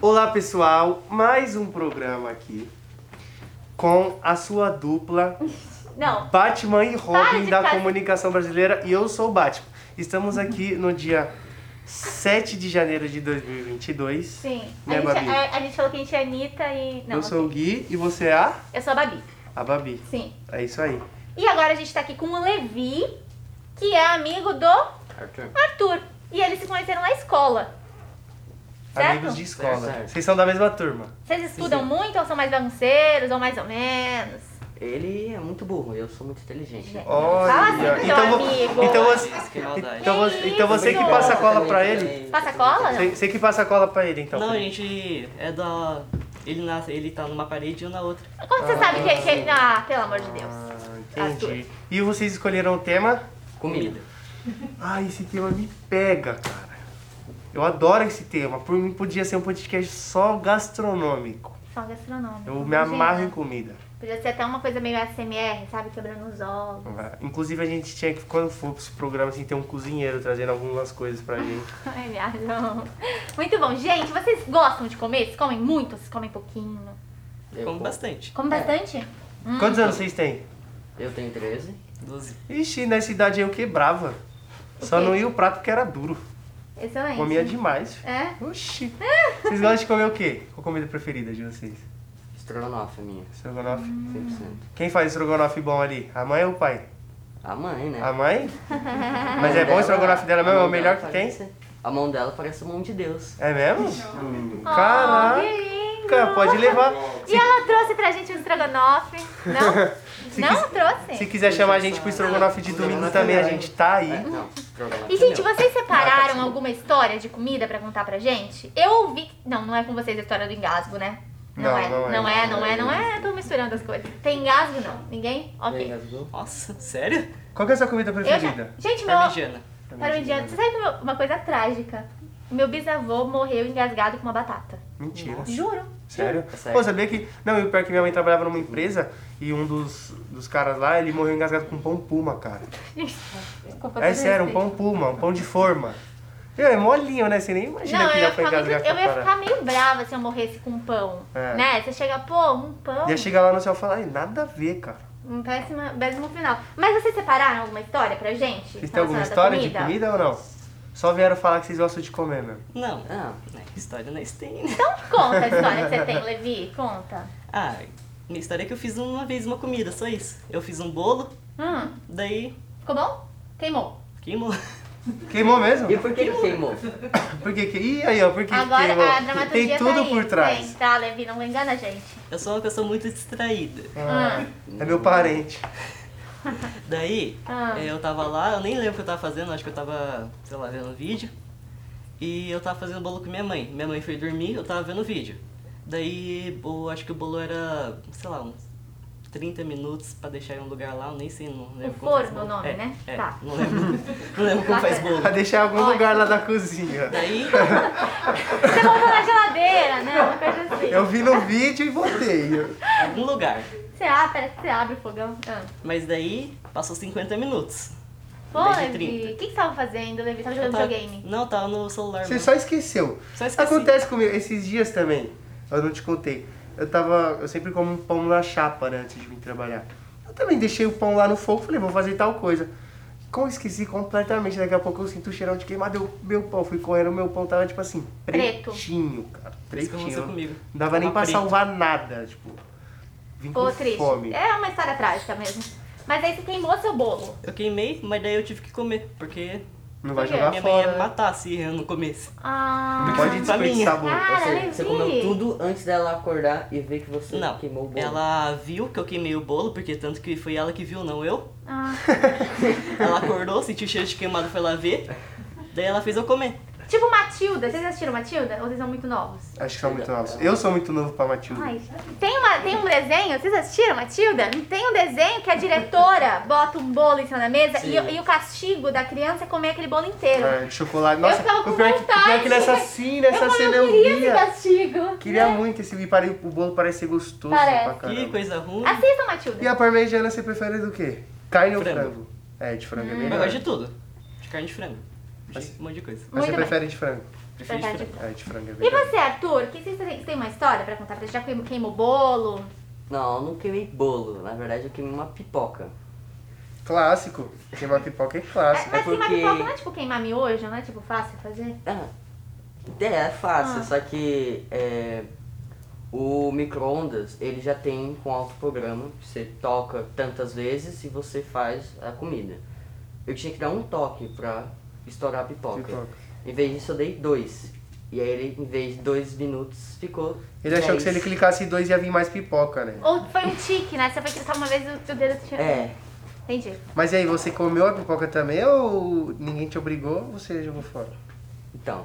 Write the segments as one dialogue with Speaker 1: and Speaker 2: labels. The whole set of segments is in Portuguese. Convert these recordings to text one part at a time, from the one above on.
Speaker 1: Olá pessoal, mais um programa aqui com a sua dupla
Speaker 2: Não.
Speaker 1: Batman e Robin
Speaker 2: de
Speaker 1: da
Speaker 2: fazer-
Speaker 1: comunicação brasileira e eu sou o Batman. Estamos aqui no dia 7 de janeiro de 2022.
Speaker 2: Sim.
Speaker 1: Né,
Speaker 2: a, gente,
Speaker 1: Babi?
Speaker 2: a, a gente falou que a gente é Anitta e. Não,
Speaker 1: eu sou o Gui e você é a,
Speaker 2: eu sou a Babi.
Speaker 1: a Babi.
Speaker 2: Sim.
Speaker 1: É isso aí.
Speaker 2: E agora a gente tá aqui com o Levi, que é amigo do Arthur. E eles se conheceram na escola. Certo?
Speaker 1: Amigos de escola.
Speaker 3: Certo.
Speaker 1: Vocês são da mesma turma.
Speaker 2: Vocês estudam muito ou são mais bagunceiros ou mais ou menos?
Speaker 3: Ele é muito burro, eu sou muito inteligente. né?
Speaker 2: Fala assim
Speaker 1: Olha,
Speaker 2: pro
Speaker 1: então,
Speaker 2: seu
Speaker 1: vo-
Speaker 2: amigo.
Speaker 1: então você,
Speaker 3: Que maldade.
Speaker 1: então você, então você que
Speaker 2: Isso.
Speaker 1: passa cola pra ele,
Speaker 2: Passa cola?
Speaker 1: você, você que passa cola pra ele então.
Speaker 4: Não, gente, é da. Ele, nas... ele tá numa parede e eu na outra.
Speaker 2: Como você sabe que, que ele. Ah, pelo amor de Deus.
Speaker 1: Ah,
Speaker 2: Arthur.
Speaker 1: entendi. E vocês escolheram o tema?
Speaker 3: Comida.
Speaker 1: Ai, Ah, esse tema me pega, cara. Eu adoro esse tema. Por mim, podia ser um podcast só gastronômico.
Speaker 2: Só um gastronômico.
Speaker 1: Eu me
Speaker 2: Imagina.
Speaker 1: amarro em comida.
Speaker 2: Podia ser até uma coisa meio ASMR, sabe? Quebrando os ovos.
Speaker 1: Inclusive, a gente tinha que, quando for pros programas, assim, ter um cozinheiro trazendo algumas coisas pra gente.
Speaker 2: Ai, viajão. Muito bom. Gente, vocês gostam de comer? Vocês comem muito? Vocês comem pouquinho?
Speaker 3: Eu,
Speaker 4: Como
Speaker 3: com-
Speaker 4: bastante.
Speaker 2: Comem
Speaker 3: É.
Speaker 2: bastante? Hum.
Speaker 1: Quantos anos vocês têm?
Speaker 3: eu tenho 13.
Speaker 4: 12.
Speaker 1: Ixi, nessa idade aí eu quebrava. Só
Speaker 2: quê?
Speaker 1: não ia o prato porque era duro.
Speaker 2: Excelente.
Speaker 1: Comia demais.
Speaker 2: É?
Speaker 1: Oxi. Vocês gostam de comer o quê? Qual a comida preferida de vocês?
Speaker 3: Estrogonofe é minha,
Speaker 1: Estrogonofe?
Speaker 3: 100%.
Speaker 1: Quem faz estrogonofe bom ali? A mãe ou o pai?
Speaker 3: A mãe, né?
Speaker 1: A
Speaker 3: A
Speaker 1: mãe?
Speaker 3: mão
Speaker 1: Mas é bom o
Speaker 3: dela-
Speaker 1: estrogonofe dela
Speaker 3: a
Speaker 1: mesmo? É
Speaker 3: mão
Speaker 1: o melhor
Speaker 3: dela
Speaker 1: que tem?
Speaker 3: parece- A mão dela parece a mão de Deus.
Speaker 1: É mesmo?
Speaker 2: Caraca.
Speaker 1: Caraca, pode levar.
Speaker 2: E ela trouxe pra gente um estrogonofe. Não?
Speaker 1: Se
Speaker 2: Não
Speaker 1: quis-
Speaker 2: trouxe?
Speaker 1: Se quiser chamar a gente pro estrogonofe de domingo também, a gente tá aí.
Speaker 3: É, não, estrogonofe
Speaker 2: E, gente,
Speaker 3: não.
Speaker 2: vocês separaram
Speaker 1: tá
Speaker 2: alguma história de comida pra contar pra gente? Eu ouvi... Não, não é com vocês a história do engasgo, né?
Speaker 1: Não,
Speaker 2: é.
Speaker 1: não é.
Speaker 2: Não é, não é, não é. Tô misturando as coisas. Tem engasgo, não? Ninguém?
Speaker 3: Vem,
Speaker 2: Ok.
Speaker 3: Gasgul.
Speaker 4: Nossa, sério?
Speaker 1: Qual que é a sua comida
Speaker 2: Eu já...
Speaker 1: preferida?
Speaker 2: Gente, meu...
Speaker 4: Parmegiana.
Speaker 2: Para um dia, você sabe uma- uma coisa trágica? Meu bisavô morreu engasgado com uma batata.
Speaker 1: Mentira.
Speaker 2: Juro.
Speaker 1: Sério?
Speaker 3: É sério.
Speaker 1: Pô, sabia que. Não, e o pior é que minha mãe trabalhava numa empresa e um dos, dos caras lá, ele morreu engasgado com pão puma, cara.
Speaker 2: Com todo
Speaker 1: É sério, um
Speaker 2: respeito.
Speaker 1: pão puma, um pão de forma. Meu, é molinho, né? Você nem imagina
Speaker 2: Não,
Speaker 1: que
Speaker 2: eu
Speaker 1: já
Speaker 2: ia,
Speaker 1: foi
Speaker 2: ficar muito,
Speaker 1: engasgado com
Speaker 2: eu
Speaker 1: a
Speaker 2: ia
Speaker 1: parada.
Speaker 2: ficar meio brava se eu morresse com um pão.
Speaker 1: É.
Speaker 2: Né? Você chega, pô, um pão.
Speaker 1: Ia chegar lá no céu e falar, ai, nada a ver, cara.
Speaker 2: Um péssimo, péssimo final. Mas vocês separaram alguma história pra gente?
Speaker 1: Vocês têm alguma
Speaker 2: relacionada à
Speaker 1: história de comida ou não? Só vieram falar que vocês gostam de comer mesmo.
Speaker 4: Não,
Speaker 3: Ah,
Speaker 4: né, história não tem. né?
Speaker 2: Então conta a história que você tem, Levi. Conta.
Speaker 4: Ah, minha história é que eu fiz uma vez uma comida, só isso. Eu fiz um bolo,
Speaker 2: Hum,
Speaker 4: daí
Speaker 2: ficou bom? Queimou.
Speaker 4: queimou.
Speaker 1: Queimou mesmo?
Speaker 3: E por que ele queimou?
Speaker 1: Por que que... Ih, aí, ó, por que
Speaker 2: Agora
Speaker 1: que...
Speaker 2: a dramaturgia
Speaker 1: Tem
Speaker 2: tá
Speaker 1: tudo
Speaker 2: aí.
Speaker 1: por trás.
Speaker 2: Tem, tá, Levi, não engana a gente.
Speaker 4: Eu sou uma pessoa muito distraída.
Speaker 1: Ah,
Speaker 2: Hum.
Speaker 1: é meu parente.
Speaker 4: Daí,
Speaker 2: Ah.
Speaker 4: eh, eu tava lá, eu nem lembro o que eu tava fazendo, acho que eu tava, sei lá, vendo um vídeo. E eu tava fazendo bolo com minha mãe. Minha mãe foi dormir, eu tava vendo o vídeo. Daí, eu acho que o bolo era, sei lá, uns 30 minutos pra deixar em um lugar lá, eu nem sei, não lembro como faz
Speaker 2: forno,
Speaker 4: bolo.
Speaker 2: o nome,
Speaker 4: É,
Speaker 2: né?
Speaker 4: É,
Speaker 2: Tá.
Speaker 4: não lembro, não lembro como faz bolo.
Speaker 1: Pra deixar em algum
Speaker 2: Ótimo.
Speaker 1: lugar lá da cozinha.
Speaker 4: Daí,
Speaker 2: Você voltou na geladeira, né? Uma coisa assim.
Speaker 1: Eu vi no vídeo e voltei.
Speaker 4: algum um lugar.
Speaker 2: Você abre, parece que você abre o fogão. Ah.
Speaker 4: Mas daí, passou 50 minutos.
Speaker 2: Pô,
Speaker 4: Desde
Speaker 2: Levi,
Speaker 4: 30.
Speaker 2: o que que você tava fazendo, Levi? Tava jogando
Speaker 4: Eu tava-
Speaker 2: videogame.
Speaker 4: Não, tava no celular.
Speaker 1: Você
Speaker 4: mesmo.
Speaker 1: só esqueceu.
Speaker 4: Só esqueci.
Speaker 1: Acontece comigo, esses dias também, eu não te contei. Eu tava. Eu sempre como um pão na chapa, né, antes de vir trabalhar. Eu também deixei o pão lá no fogo, falei, vou fazer tal coisa. Como eu esqueci completamente, daqui a pouco eu sinto o cheirão de queimado, eu, meu pão, fui correndo, meu pão tava tipo assim,
Speaker 2: Preto.
Speaker 1: pretinho, cara.
Speaker 4: Isso que
Speaker 1: Pretinho.
Speaker 4: aconteceu comigo.
Speaker 1: Não dava nem
Speaker 4: Tava
Speaker 1: pra
Speaker 4: preto.
Speaker 1: salvar nada, tipo. Vim
Speaker 2: Pô,
Speaker 1: com
Speaker 2: triste.
Speaker 1: fome.
Speaker 2: É uma história trágica mesmo. Mas aí você queimou seu bolo.
Speaker 4: Eu queimei, mas daí eu tive que comer, porque
Speaker 1: Não vai
Speaker 2: Por quê?
Speaker 3: Tá
Speaker 1: jogar
Speaker 4: minha mãe
Speaker 1: fora.
Speaker 3: né?
Speaker 4: ia me matar assim, se eu não comesse.
Speaker 1: Não
Speaker 2: Ah.
Speaker 1: pode
Speaker 4: Pra mim.
Speaker 1: desperdiçar bolo.
Speaker 2: Ah,
Speaker 3: Ou
Speaker 2: Cara,
Speaker 3: seja, você
Speaker 2: Levi.
Speaker 3: comeu tudo antes dela acordar e ver que você
Speaker 4: Não,
Speaker 3: queimou o bolo.
Speaker 4: ela viu que eu queimei o bolo, porque tanto que foi ela que viu, não eu.
Speaker 2: Ah.
Speaker 4: Ela acordou, sentiu o cheiro de queimado, foi lá ver. Daí ela fez eu comer.
Speaker 2: Tipo Matilda. Vocês assistiram Matilda? Ou vocês são muito novos?
Speaker 1: Acho que são muito novos. Eu sou muito novo pra Matilda.
Speaker 2: Ai, tem, uma, tem um desenho, vocês assistiram Matilda? Tem um desenho que a diretora bota um bolo em cima da mesa e,
Speaker 3: Sim.
Speaker 2: e o castigo da criança é comer aquele bolo inteiro.
Speaker 1: É, chocolate. Nossa,
Speaker 2: ficava com
Speaker 1: o pior, é que- o pior é
Speaker 2: vontade.
Speaker 1: que nessa cena,
Speaker 2: eu
Speaker 1: essa
Speaker 2: falei,
Speaker 1: cena é
Speaker 2: eu
Speaker 1: eu
Speaker 2: queria esse
Speaker 1: via.
Speaker 2: castigo.
Speaker 1: Queria
Speaker 2: né?
Speaker 1: muito esse. E parei, o bolo parece ser gostoso
Speaker 2: Parece.
Speaker 1: pra
Speaker 4: Que
Speaker 1: caramba.
Speaker 4: coisa ruim.
Speaker 2: Assistam, Matilda.
Speaker 1: E a parmegiana você prefere do quê? Carne ou
Speaker 4: Frango.
Speaker 1: frango? É, de frango é
Speaker 4: Eu
Speaker 2: Hum.
Speaker 1: melhor.
Speaker 4: gosto de tudo. De carne de frango. De um monte de coisa.
Speaker 1: Mas você
Speaker 2: Muito bem.
Speaker 1: prefere de frango?
Speaker 4: Prefiro de
Speaker 2: Verdade.
Speaker 4: frango.
Speaker 1: É, de frango é
Speaker 2: E
Speaker 1: verdade.
Speaker 2: você, Arthur, que você tem, você tem uma história pra contar? Você já queimou, queimou bolo?
Speaker 3: Não, eu não queimei bolo. Na verdade, eu queimei uma pipoca.
Speaker 1: Clássico. Queimar pipoca é
Speaker 2: É,
Speaker 1: clássico.
Speaker 2: mas queimar
Speaker 3: porque-
Speaker 2: pipoca não é tipo queimar miojo, não é tipo fácil fazer?
Speaker 3: Ah, é, é fácil,
Speaker 2: Ah.
Speaker 3: só que é, o micro-ondas ele já tem com alto programa. Você toca tantas vezes e você faz a comida. Eu tinha que dar um toque pra estourar a pipoca.
Speaker 1: Pipoca.
Speaker 3: Em vez disso, eu dei dois. E aí, ele, em vez de dois minutos, ficou.
Speaker 1: Ele achou que
Speaker 4: É
Speaker 3: dez.
Speaker 1: se ele clicasse em dois ia vir mais pipoca, né?
Speaker 2: Ou foi um tique, né? Você foi clicar uma vez e o seu dedo tinha.
Speaker 3: É,
Speaker 2: Entendi.
Speaker 1: Mas e aí, você comeu a pipoca também ou ninguém te obrigou ou você jogou fora?
Speaker 3: então.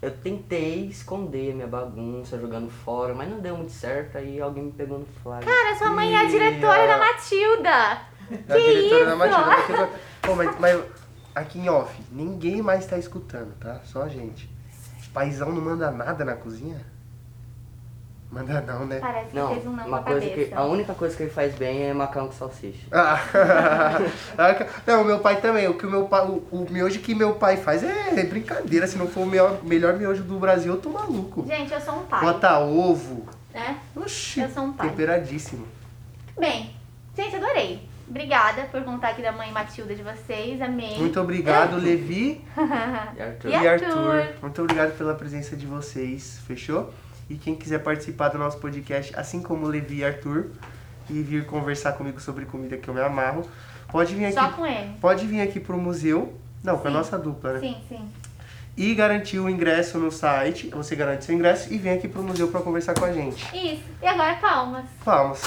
Speaker 3: Eu tentei esconder minha bagunça jogando fora, mas não deu muito certo. Aí alguém me pegou no flagra.
Speaker 2: Cara, sua mãe é a diretora
Speaker 1: Ih,
Speaker 2: da
Speaker 1: ó.
Speaker 2: Matilda!
Speaker 1: Da
Speaker 2: que
Speaker 1: diretora
Speaker 2: isso?
Speaker 1: da Matilda. mas que coisa- Pô, mas, mas aqui em off, ninguém mais tá escutando, tá? Só a gente. Paizão não manda nada na cozinha? Manda não, né?
Speaker 2: Parece que
Speaker 3: Não,
Speaker 2: fez um não com
Speaker 3: uma
Speaker 2: a
Speaker 3: coisa
Speaker 2: cabeça.
Speaker 3: que, a única coisa que ele faz bem é macarrão com salsicha.
Speaker 1: Ah, não, meu pai também. O que o meu pai, o, o miojo que meu pai faz é brincadeira. Se não for o melhor, melhor miojo do Brasil, eu tô maluco.
Speaker 2: Gente, eu sou um pai.
Speaker 1: Bota ovo.
Speaker 2: Né?
Speaker 1: Oxi,
Speaker 2: Eu sou um pai.
Speaker 1: temperadíssimo.
Speaker 2: Bem, gente, adorei. Obrigada por contar aqui da mãe Matilda de vocês. Amei.
Speaker 1: Muito obrigado, Levi
Speaker 3: E Arthur,
Speaker 1: e,
Speaker 2: E
Speaker 1: Arthur.
Speaker 2: Arthur.
Speaker 1: Muito obrigado pela presença de vocês, fechou? E quem quiser participar do nosso podcast, assim como o Levi e Arthur, e vir conversar comigo sobre comida que eu me amarro, pode vir aqui.
Speaker 2: Só com ele.
Speaker 1: Pode vir aqui pro museu. Não, com a
Speaker 2: Sim.
Speaker 1: nossa dupla, né?
Speaker 2: Sim, sim.
Speaker 1: e garantir o ingresso no site. Você garante seu ingresso e vem aqui pro museu para conversar com a gente.
Speaker 2: Isso. E agora palmas.
Speaker 1: Palmas.